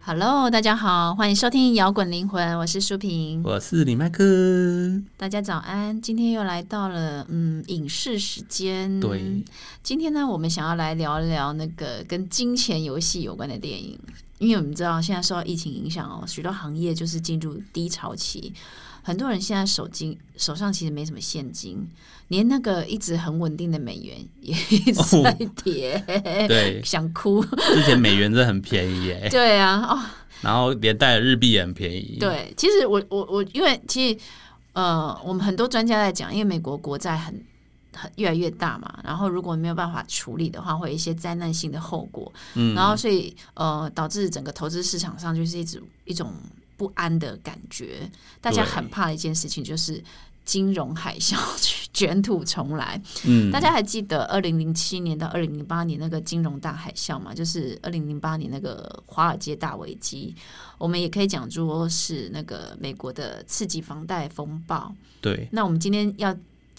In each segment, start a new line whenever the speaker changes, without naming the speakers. Hello，大家好，欢迎收听《摇滚灵魂》，我是舒萍。
我是李麦克。
大家早安，今天又来到了嗯影视时间。
对，
今天呢，我们想要来聊一聊那个跟金钱游戏有关的电影，因为我们知道现在受到疫情影响哦，许多行业就是进入低潮期，很多人现在手机手上其实没什么现金，连那个一直很稳定的美元也 一直在跌，
对，
想哭。
之前美元真的很便 宜耶，
对啊，哦，
然后连带的日币也很便宜。，
对，其实我我我，因为其实呃，我们很多专家在讲，因为美国国债很很越来越大嘛，然后如果没有办法处理的话，会有一些灾难性的后果，
嗯
然后所以呃，导致整个投资市场上就是一直一种不安的感觉，大家
对
很怕的一件事情就是。金融海啸卷土重来，
嗯
大，家还记得二零零七年到二零零八年那个金融大海啸嘛？就是二零零八年那个华尔街大危机，我们也可以讲说是那个美国的次级房贷风暴。
对，
那我们今天要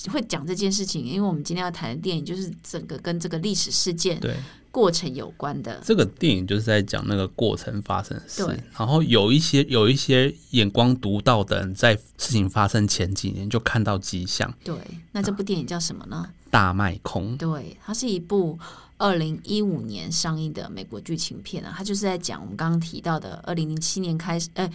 会讲这件事情，因为我们今天要谈的电影就是整个跟这个历史事件
对，
过程有关的。
这个电影就是在讲那个过程发生的事
对，
然后有一些有一些眼光独到的人，在事情发生前几年就看到迹象，
对，那这部电影叫什么呢？
大卖空。
对，它是一部二零一五年上映的美国剧情片啊，它就是在讲我们刚刚提到的二零零七年开始，呃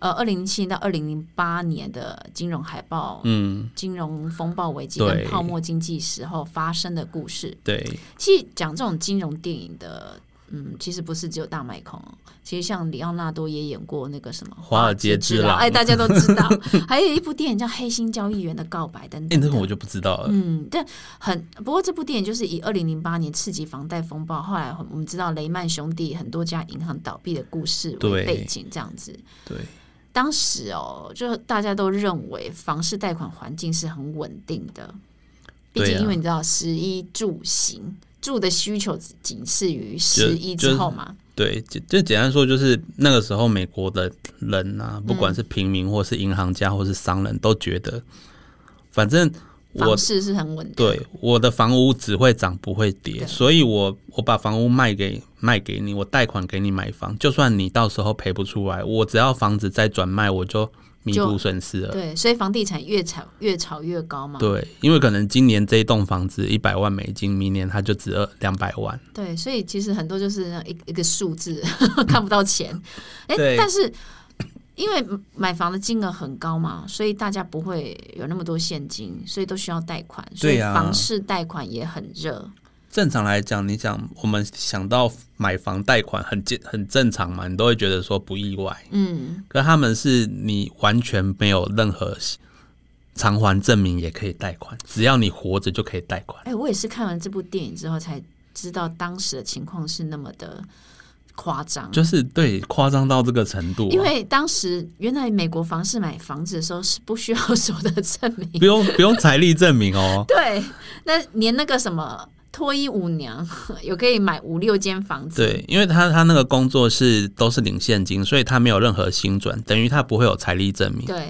呃，二零零七到二零零八年的金融海报、
嗯，
金融风暴危机
对
跟泡沫经济时候发生的故事。
对，
其实讲这种金融电影的。嗯，其实不是只有大麦空，其实像里奥纳多也演过那个什么《
华尔街之狼
哎，大家都知道。 还有一部电影叫《黑心交易员的告白》等
哎、
等的。
那个我就不知道了。
嗯，但很不过这部电影就是以二零零八年次级房贷风暴，后来我们知道雷曼兄弟很多家银行倒闭的故事为
对
背景，这样子。
对，
当时哦，就大家都认为房市贷款环境是很稳定的，毕
对
竟
啊
因为你知道十一住行住的需求仅次于
就
十一
就
之后嘛，
对，就就简单说，就是那个时候美国的人啊，不
嗯
管是平民或是银行家或是商人，都觉得，反正我
房市是很稳定。
对我的房屋只会涨不会跌，
对
所以我我把房屋卖给卖给你，我贷款给你买房，就算你到时候赔不出来，我只要房子再转卖，我就弥
就
补损失了。
对，所以房地产越炒越炒越高嘛。
对，因为可能今年这一栋房子一百万美金，明年它就只二两百万。
对，所以其实很多就是那一一个数字 看不到钱，哎、
对
但是因为买房的金额很高嘛，所以大家不会有那么多现金，所以都需要贷款，所以
对啊
房市贷款也很热。
正常来讲，你讲我们想到买房贷款很正很正常嘛，你都会觉得说不意外。
嗯，
可他们是你完全没有任何偿还证明也可以贷款，只要你活着就可以贷款。
哎、我也是看完这部电影之后才知道当时的情况是那么的夸张。
就是对夸张到这个程度、啊，
嗯因为当时原来美国房市买房子的时候是不需要 所得证明。
不用不用财力证明哦
对，那连那个什么脱衣舞娘有可以买五六间房子，
对，因为他他那个工作是都是领现金，所以他没有任何薪转，等于他不会有财力证明。
对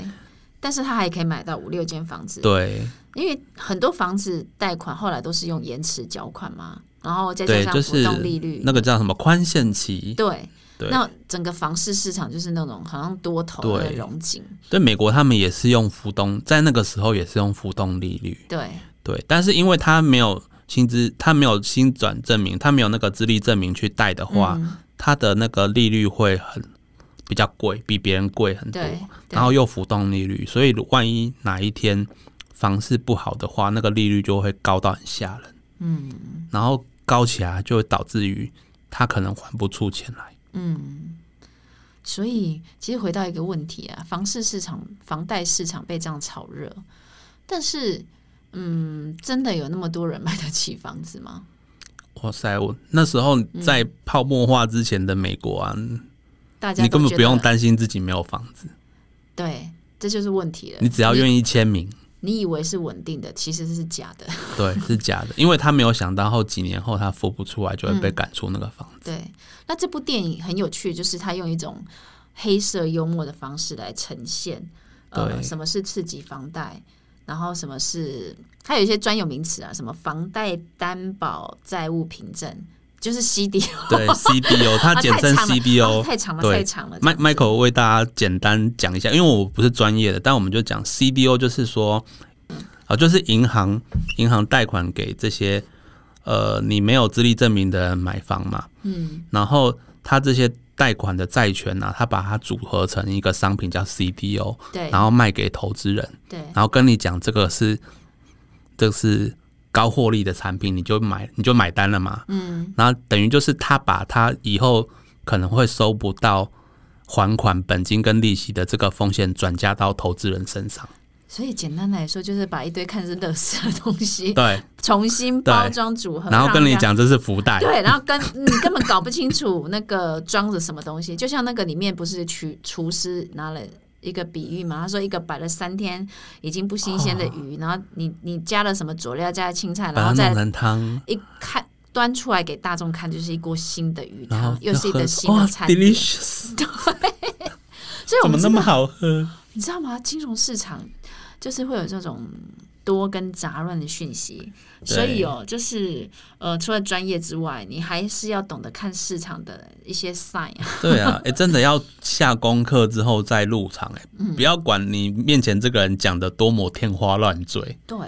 但是他还可以买到五六间房子，
对
因为很多房子贷款后来都是用延迟缴款嘛，然后再加
对，
上
就
浮
是
动利率，
那个叫什么宽限期。
对，
对
那整个房市市场就是那种好像多头的
对
融景，
对，美国他们也是用浮动，在那个时候也是用浮动利率。
对
对，但是因为他没有薪资，他没有薪转证明，他没有那个资历证明去贷的话，
嗯
他的那个利率会很比较贵，比别人贵很多。
对，对
然后又浮动利率，所以万一哪一天房市不好的话，那个利率就会高到很吓人。嗯，然后高起来就会导致于他可能还不出钱来。
所以，其实回到一个问题啊，房市市场、房贷市场被这样炒热，但是，嗯，真的有那么多人买得起房子吗？
哇塞！我那时候在泡沫化之前的美国啊，
大家
你
都
根本
觉
不用
得
担心自己没有房子，
对，这就是问题了。
你只要愿意签名，
你以为是稳定的，其实是假的。
对，是假的，因为他没有想到后几年后他付不出来，就会被赶出那个房子。
对，那这部电影很有趣，就是他用一种黑色幽默的方式来呈现，呃，
对
什么是次级房贷，然后什么是它有一些专有名词啊，什么房贷担保债务凭证。就是 CDO，
对 CDO，它简 称
啊太长了啊
CDO。
太长了，
对
太长了。
麦 Michael 为大家简单讲一下，因为我不是专业的，但我们就讲 CDO，就是说，啊、就是银行银行贷款给这些呃你没有资历证明的人买房嘛，
嗯
然后他这些贷款的债权呢、啊，他把它组合成一个商品叫 CDO，
对
然后卖给投资人，
对，
然后跟你讲这个是这是高获利的产品，你就买你就买单了嘛。
嗯
然后等于就是他把他以后可能会收不到还款本金跟利息的这个风险转嫁到投资人身上。
所以简单来说，就是把一堆看似垃圾的东西
对，
重新包装组合，
然后跟
让
你
人家。
讲这是福袋，
对，然后跟你根本搞不清楚那个装着什么东西，就像那个里面不是厨厨师拿了一个比喻嘛，他说一个摆了三天已经不新鲜的鱼，然后你你加了什么佐料，加了青菜，然
把它
后
弄
再
成汤，
一看端出来给大众看，就是一锅新的鱼
然后
汤，又是一个
喝
新
哇
啊的餐点，
，delicious，
所以我
怎么
们
那
知道
么好喝？
你知道吗？金融市场就是会有这种多跟杂乱的讯息，
对
所以哦，就是呃，除了专业之外，你还是要懂得看市场的一些 sign 啊。
对啊，哎、真的要下功课之后再入场、哎、
嗯
不要管你面前这个人讲的多么天花乱坠，
对，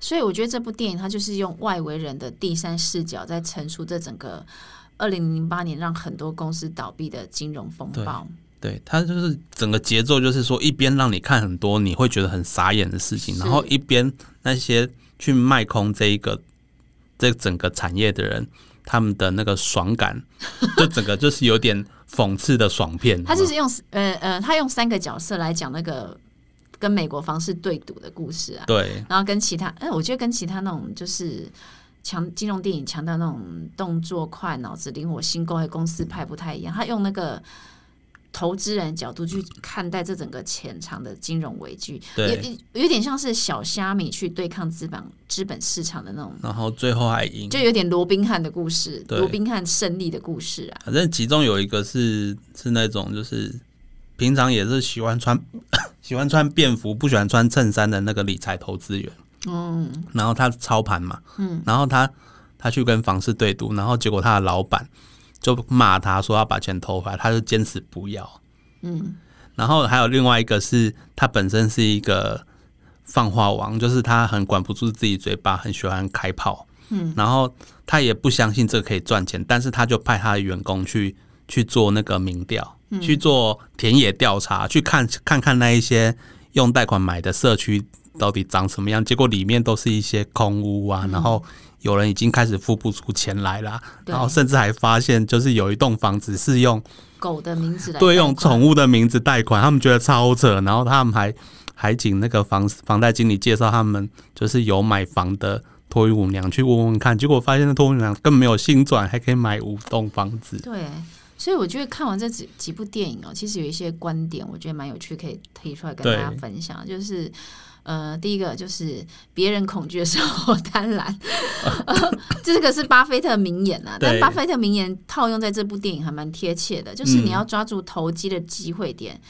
所以我觉得这部电影它就是用外围人的第三视角在陈述这整个二零零八年让很多公司倒闭的金融风暴。
对他就是整个节奏，就是说一边让你看很多你会觉得很傻眼的事情，
是
然后一边那些去卖空这一个这整个产业的人，他们的那个爽感，就整个就是有点讽刺的爽 片。
他就是用呃呃，他用三个角色来讲那个跟美国房市对赌的故事啊。
对
然后跟其他，哎、我觉得跟其他那种就是强金融电影强调那种动作快、脑子灵活、新购和公司派不太一样，他用那个。投资人角度去看待这整个潜藏的金融危机，有
对，
有有点像是小虾米去对抗资本资本市场的那种，
然后最后还赢
就。有点罗宾汉的故事，
对
罗宾汉胜利的故事啊，
反正其中有一个是是那种就是平常也是喜欢穿 喜欢穿便服，不喜欢穿衬衫的那个理财投资员。嗯，然后他操盘嘛，嗯，然后他他去跟房市对赌，然后结果他的老板就骂他说要把钱投回来，他就坚持不要。
嗯，
然后还有另外一个是他本身是一个放话王，就是他很管不住自己嘴巴，很喜欢开炮。嗯，然后他也不相信这个可以赚钱，但是他就派他的员工去去做那个民调，去做田野调查，去看看看那一些用贷款买的社区到底长什么样。结果里面都是一些空屋啊，然后有人已经开始付不出钱来啦，
对
然后甚至还发现就是有一栋房子是用
狗的名字来
对，
概
用
括
宠物的名字贷款，他们觉得超扯，然后他们还还请那个房房贷经理介绍他们就是有买房的脱衣舞娘去问问看，结果发现那脱衣舞娘根本没有新转，还可以买五栋房子。
对，所以我觉得看完这几几部电影哦，其实有一些观点，我觉得蛮有趣，可以提出来跟
对
大家分享。就是，呃，第一个就是别人恐惧的时候 贪婪，呃这个是巴菲特名言啊。但
对
巴菲特名言套用在这部电影还蛮贴切的，就是
嗯
你要抓住投机的机会点。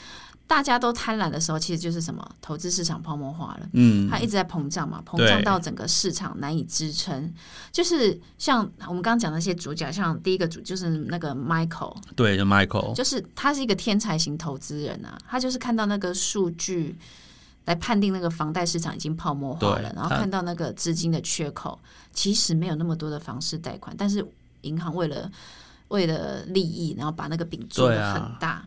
大家都贪婪的时候，其实就是什么投资市场泡沫化了。
嗯，
它一直在膨胀嘛，膨
对
胀到整个市场难以支撑。就是像我们刚刚讲的那些主角，像第一个主就是那个 Michael，
对，就 Michael，
就是他是一个天才型投资人啊，他就是看到那个数据来判定那个房贷市场已经泡沫化了
对，
然后
他
看到那个资金的缺口，其实没有那么多的房市贷款，但是银行为了为了利益，然后把那个饼做
对
的
啊
很大。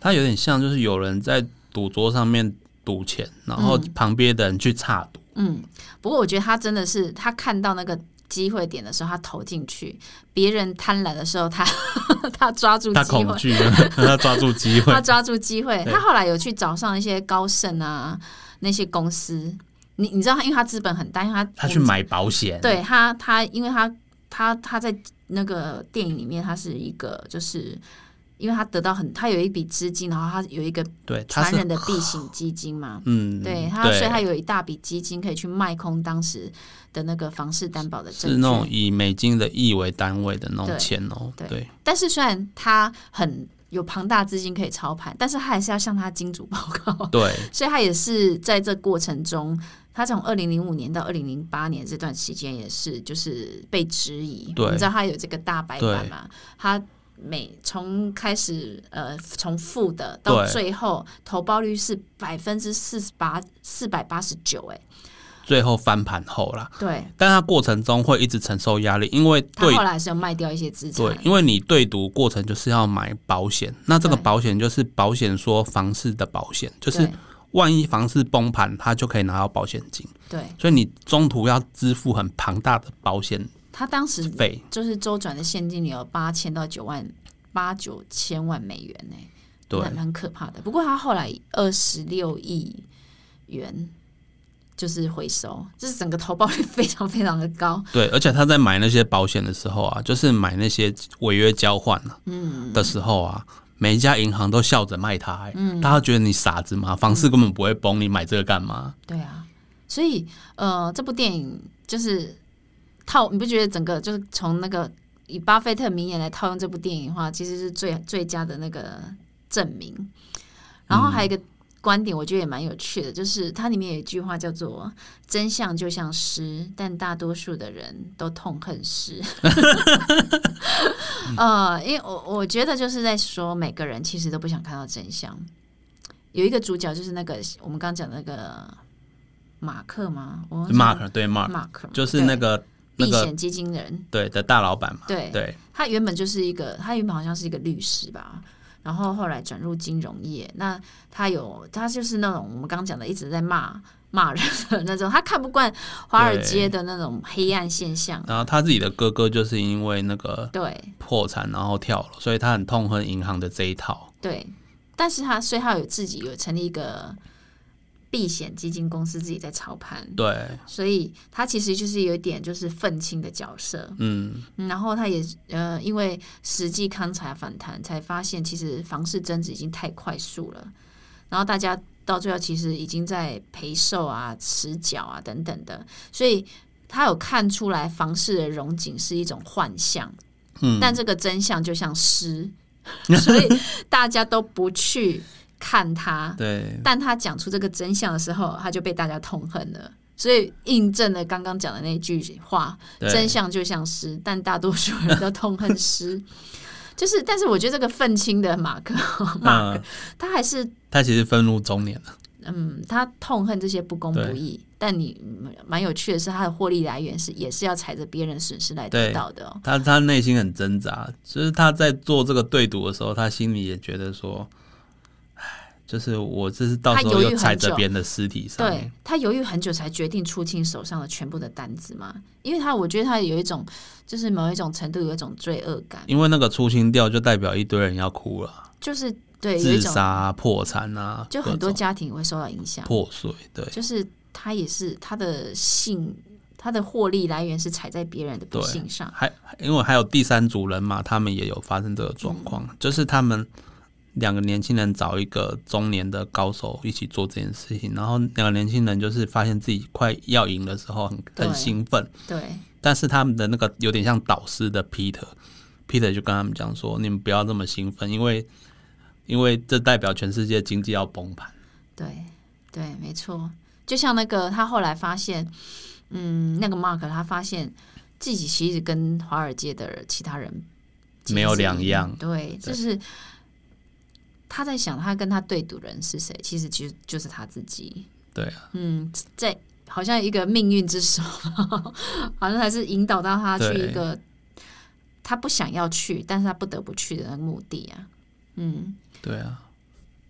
他有点像就是有人在赌桌上面赌钱，然后旁边的人去插赌。
嗯，不过我觉得他真的是，他看到那个机会点的时候，他投进去；别人贪婪的时候，他 他抓住
他
机
恐
会，
惧， 他抓住机会
他，抓住机会。
对
他后来有去找上一些高盛啊那些公司，你你知道他，因为他资本很大，因为他
他去，买保险。
对他他因为他他他在那个电影里面，他是一个就是。因为他得到很，他有一笔资金，然后他有一个
对，他
传
是
人的避险基金嘛，
嗯，
对他，所以他有一大笔基金可以去卖空当时的那个房市担保的证
是
据。
那种以美金的亿为单位的那种钱哦、
对
对
但是虽然他很有庞大资金可以操盘，但是他还是要向他金主报告，
对，
所以他也是在这过程中，他从二零零五年到二零零八年这段期间，也是就是被质疑。
对
你知道他有这个大白板嘛？他每从开始呃从负的到
对
最后投报率是百分之四十八四百八十九，哎，
最后翻盘后啦，
对
但他过程中会一直承受压力，因为
他
对
后来是有卖掉一些资产
对，，因为你对赌过程就是要买保险，那这个
对
保险就是保险说房市的保险，就是
对
万一房市崩盘，他就可以拿到保险金，
对
所以你中途要支付很庞大的保险
他当时
费，
就是周转的现金流八千到九万八九千万美元呢、
对
蛮蛮可怕的。不过他后来二十六亿元就是回收，就是整个投报率 非常非常的高。
对，而且他在买那些保险的时候啊，就是买那些违约交换啊，嗯的时候啊。每一家银行都笑着卖他、欸，
嗯
大家觉得你傻子吗？房市根本不会崩，你买这个干嘛？
对啊，所以呃，这部电影就是套，你不觉得整个就是从那个以巴菲特名言来套用这部电影的话，其实是最最佳的那个证明。然后还有一个观点，我觉得也蛮有趣的，就是它里面有一句话叫做“真相就像诗，但大多数的人都痛恨诗”呃，因为我我觉得就是在说，每个人其实都不想看到真相。有一个主角就是那个我们刚刚讲的那个马克哦吗？我忘记
Mark 对 Mark，
马克
就是那个那
避
个
险基金人，
对的大老板嘛，
对
对
他原本就是一个，他原本好像是一个律师吧，然后后来转入金融业。那他有，他就是那种我们刚刚讲的一直在骂骂人的那种，他看不惯华尔街的那种黑暗现象。
然后他自己的哥哥就是因为那个
对
破产，然后跳楼，所以他很痛恨银行的这一套。
对，但是他所以他有自己有成立一个避险基金公司，自己在操盘，
对，
所以他其实就是有一点就是愤青的角色。
嗯，
嗯然后他也呃，因为实际康财反弹，才发现其实房市增值已经太快速了，然后大家到最后其实已经在赔售啊、持缴啊等等的，所以他有看出来房市的荣景是一种幻象，
嗯，
但这个真相就像诗， 所以大家都不去看它，
对，
但他讲出这个真相的时候，他就被大家痛恨了。所以印证了刚刚讲的那句话，真
对，
相就像诗，但大多数人都痛恨诗。 就是，但是我觉得这个愤青的马克， 马克、
嗯，
他还是
他其实愤怒中年了，
嗯，他痛恨这些不公不义。但你嗯蛮有趣的是，他的获利来源是也是要踩着别人损失来得
对
到的、哦。
他他内心很挣扎，就是他在做这个对赌的时候，他心里也觉得说，唉，就是我这是到时
他
候
犹豫
又踩
很久
着别人的尸体上
对
面，
他犹豫很久才决定出清手上的全部的单子嘛，因为他我觉得他有一种就是某一种程度有一种罪恶感，
因为那个出清掉就代表一堆人要哭了，
就是对有
自
一种
杀、啊、破产啊，
就
各
很多
种
家庭会受到影响。
破碎，对
就是他也是他的性，他的获利来源是踩在别人的不
对
幸上。
还因为还有第三组人嘛，他们也有发生这个状况，就是他们两个年轻人找一个中年的高手一起做这件事情，然后两个年轻人就是发现自己快要赢的时候很
对
很兴奋，
对
但是他们的那个有点像导师的 Peter，Peter 就跟他们讲说，你们不要这么兴奋，因为因为这代表全世界经济要崩盘，
对对，没错。就像那个他后来发现，嗯，那个 Mark 他发现自己其实跟华尔街的其他人其实
没有
是
两
一
样。
对，就是他在想他跟他对赌人是谁，其实其实就是他自己。
对
嗯，在好像一个命运之手， 好像还是引导到他去
对
一个他不想要去，但是他不得不去的那个目的啊。嗯，
对啊，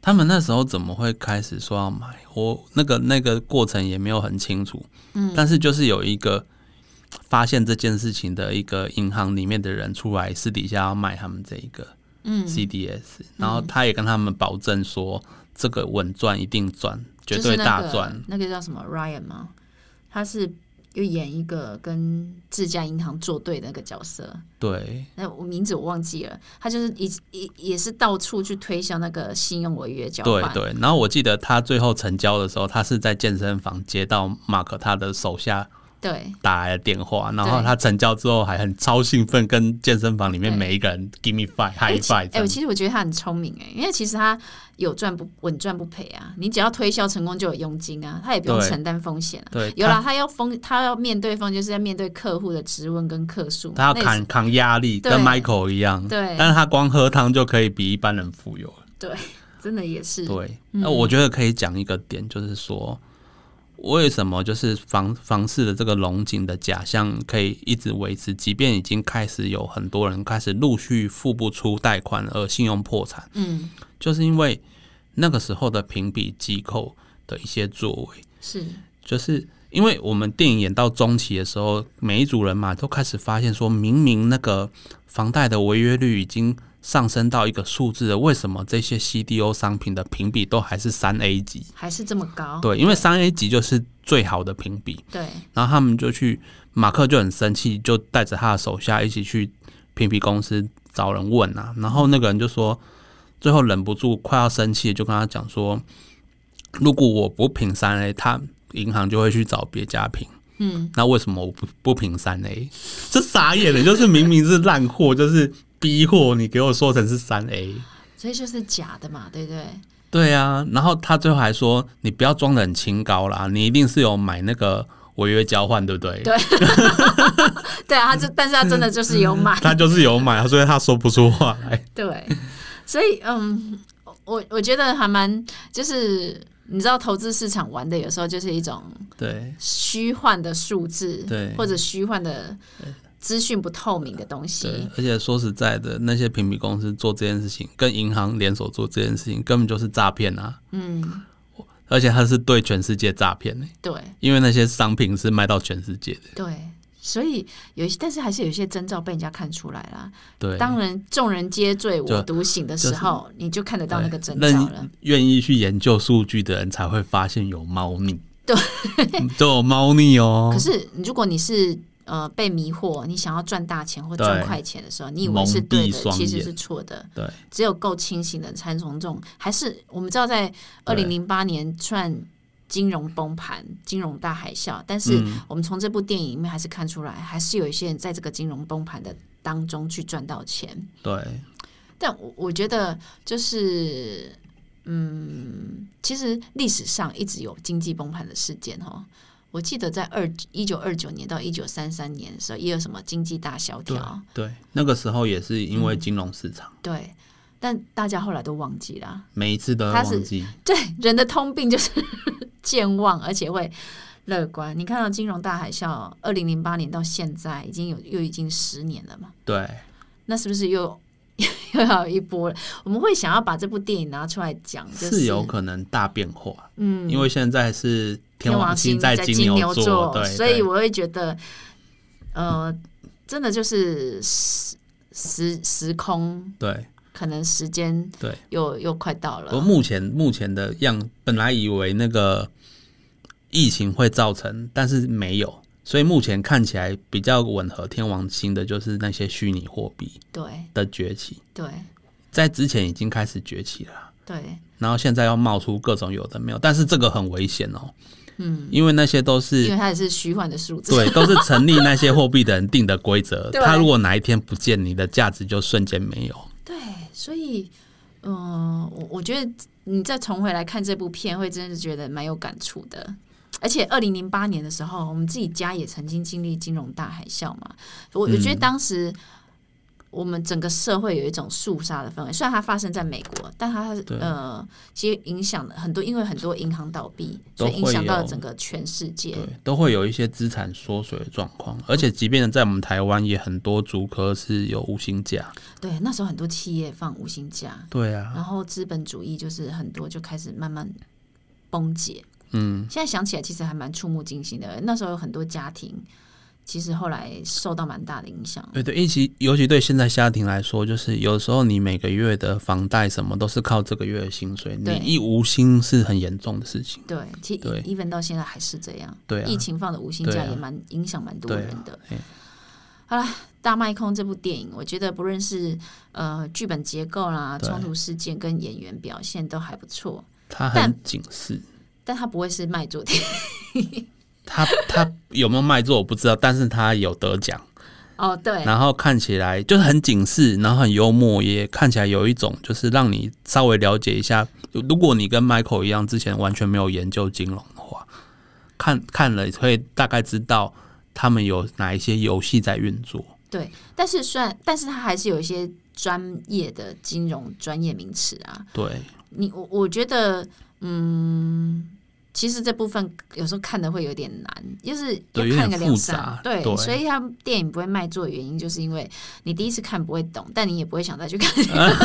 他们那时候怎么会开始说要买？我那个那个过程也没有很清楚，嗯，但是就是有一个发现这件事情的一个银行里面的人出来私底下要卖他们这一个，嗯，CDS，然后他也跟他们保证说这个稳赚一定赚，绝对大赚，
就是那个、那个叫什么 Ryan 吗？他是又演一个跟自家银行作对的那个角色，
对
那我名字我忘记了。他就是一一也是到处去推销那个信用违约交
对
换，
对。然后我记得他最后成交的时候，他是在健身房接到马克他的手下
对，
打来的电话，然后
对
他成交之后还很超兴奋，跟健身房里面
对
每一个人 give me five
哎
high
其
five 这
哎、
样
我。其实我觉得他很聪明哎、因为其实他有赚不稳赚不赔啊，你只要推销成功就有佣金啊，他也不用
对
承担风险啊。
对，
有
他
啦，他要风，他要面对风，就是要面对客户的质问跟客诉嘛。
他要
那也
扛扛压力，
对
跟 Michael 一样。
对
但是他光喝汤就可以比一般人富有了。
是 真的也是，嗯
对，那我觉得可以讲一个点，就是说，为什么就是房房市的这个龙井的假象可以一直维持，即便已经开始有很多人开始陆续付不出贷款而信用破产，
嗯，
就是因为那个时候的评比机构的一些作为，
是，
就是。因为我们电影演到中期的时候，每一组人嘛都开始发现，说明明那个房贷的违约率已经上升到一个数字了，为什么这些 CDO 商品的评比都还是三 A 级？
还是这么高。
对，因为三 A 级就是最好的评比，
对，
然后他们就去，马克就很生气，就带着他的手下一起去评比公司找人问啊，然后那个人就说，最后忍不住快要生气，就跟他讲说，如果我不评三 A，他银行就会去找别家评。
嗯，
那为什么我不不评三 A？这傻眼了，就是明明是烂货，就是逼货，你给我说成是三 A。
所以就是假的嘛，对不 对？
对啊，然后他最后还说：“你不要装的很清高啦，你一定是有买那个违约交换，对不对？”
对对啊，他就，但是他真的就是有 买，
他就是有买，所以他说不出话 来。
对，所以嗯，我我觉得还蛮就是。你知道投资市场玩的有时候就是一种
对
虚幻的数字，
对
或者虚幻的资讯不透明的东
对
西，，
而且说实在的，那些评比公司做这件事情，跟银行联手做这件事情，根本就是诈骗啊！
嗯，
而且他是对全世界诈骗呢，
对
因为那些商品是卖到全世界的。
对，所以有一些，但是还是有一些征兆被人家看出来啦。
对，
当人众人皆醉我
就
独醒的时候，你就看得到那个征兆
对
了。
愿意去研究数据的人才会发现有猫腻。对， 都有猫腻哦。
可是如果你是呃被迷惑，你想要赚大钱或赚
对
快钱的时候，你以为是对
蒙
的
蔽，双
其
眼
实是错的。
对，
只有够清醒的人才能从这种，还是我们知道在二零零八年算金融崩盘、金融大海啸，但是
嗯
我们从这部电影里面还是看出来，还是有一些人在这个金融崩盘的当中去赚到钱。
对，
但我我觉得就是，嗯，其实历史上一直有经济崩盘的事件哈。我记得在二一九二九年到一九三三年的时候，也有什么经济大萧
对
条，
对，那个时候也是因为金融市场，
对，但大家后来都忘记了。
每一次都会
它是
忘记。
对，人的通病就是 健忘，而且会乐观。你看到金融大海啸，二零零八年到现在已经有又已经十年了嘛，
对，
那是不是又 又要一波了？我们会想要把这部电影拿出来讲，就是
是有可能大变化，
嗯，
因为现在是天王
星
星在
金
金
牛
座，对，
所以
对
我会觉得，呃，真的就是时时时空，
对
可能时间
对。
又又快到
我
了，
目前目前的样，本来以为那个疫情会造成，但是没有，所以目前看起来比较吻合天王星的，就是那些虚拟货币
对
的崛起，
对
在之前已经开始崛起了。
对，
然后现在要冒出各种有的没有，但是这个很危险哦，
嗯，
因为那些都是
因为它也是虚幻的数 字，。
对，都是成立那些货币的人定的规则
对
他如果哪一天不见，你的价值就瞬间没有。
对，所以，嗯、我我觉得你再重回来看这部片，会真的觉得蛮有感触的。而且，二零零八年的时候，我们自己家也曾经经历金融大海啸嘛。我我
嗯
觉得当时我们整个社会有一种肃杀的氛围，虽然它发生在美国，但它
对
呃，其实影响了很多，因为很多银行倒闭，所
都
以影
会
响到了
有
整个全世界
对。，都会有一些资产缩水的状况，而且即便在我们台湾，也很多族科是有无薪假。
对，那时候很多企业放无薪假，
对啊，
然后资本主义就是很多就开始慢慢崩解。
嗯，
现在想起来，其实还蛮触目惊心的。那时候有很多家庭，其实后来受到蛮大的影响。
对对，一起，尤其对现在家庭来说，就是有时候你每个月的房贷什么都是靠这个月的薪水，你
对
一无薪是很严重的事情。
对，其实
对
even 到现在还是这样。
对啊
疫情放的无薪
对
假
啊
也蛮、影响蛮多
对啊
人的。
嘿
好啦，《大麦空》这部电影，我觉得不论是呃剧本结构啦、
对
冲突事件跟演员表现都还不错，
他
但
很警示，
但它不会是卖座电影。
他他有没有卖座我不知道，但是他有得奖，
哦，对，
然后看起来就是很警示，然后很幽默，也看起来有一种就是让你稍微了解一下。如果你跟 Michael 一样，之前完全没有研究金融的话，看看了会大概知道他们有哪一些游戏在运作。
对，但是虽然，但是它还是有一些专业的金融专业名词啊。
对，
你我我觉得，嗯，其实这部分有时候看的会有点难，就是要
对有
看
点
个两
复
三
杂。
对，
对
所以它电影不会卖座的原因，就是因为你第一次看不会懂，但你也不会想再去看。
嗯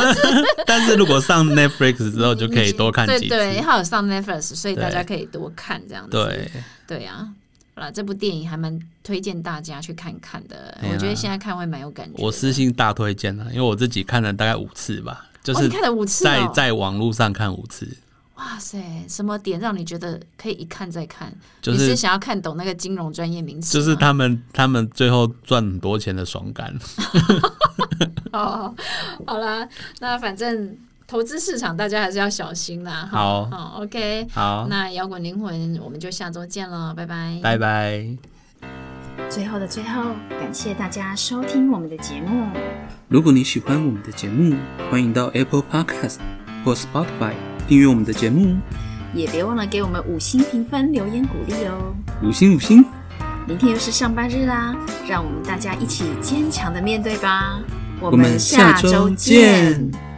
但是如果上 Netflix 之后，就可以多看
对
几次。
对，它有上 Netflix，所以
对
大家可以多看这样子。
对
对啊。好了，这部电影还蛮推荐大家去看看的，
哎呀
我觉得现在看会蛮有感觉的。
我私信大推荐啊了，因为我自己看了大概五次吧，就
哦、你
是
看了五次、哦，
在在网络上看五次，
哇塞，什么点让你觉得可以一看再看？
就
你是啊
是
想要看懂那个金融专业名词
就
吗？
是他们他们最后赚很多钱的爽感。
哦， 好啦，那反正投资市场大家还是要小心啦。哈
好
好，OK，
好，
那摇滚灵魂我们就下周见了，拜拜，
拜拜。
最后的最后，感谢大家收听我们的节目。
如果你喜欢我们的节目，欢迎到 Apple Podcast 或 Spotify 订阅我们的节目，
也别忘了给我们五星评分、留言鼓励哦。
五星五星，
明天又是上班日啦，让我们大家一起坚强的面对吧。我
我们下周见。